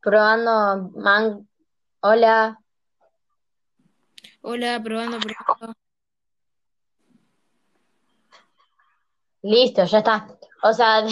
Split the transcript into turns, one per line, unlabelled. Probando, man. Hola.
Hola, probando, probando.
Listo, ya está. O sea,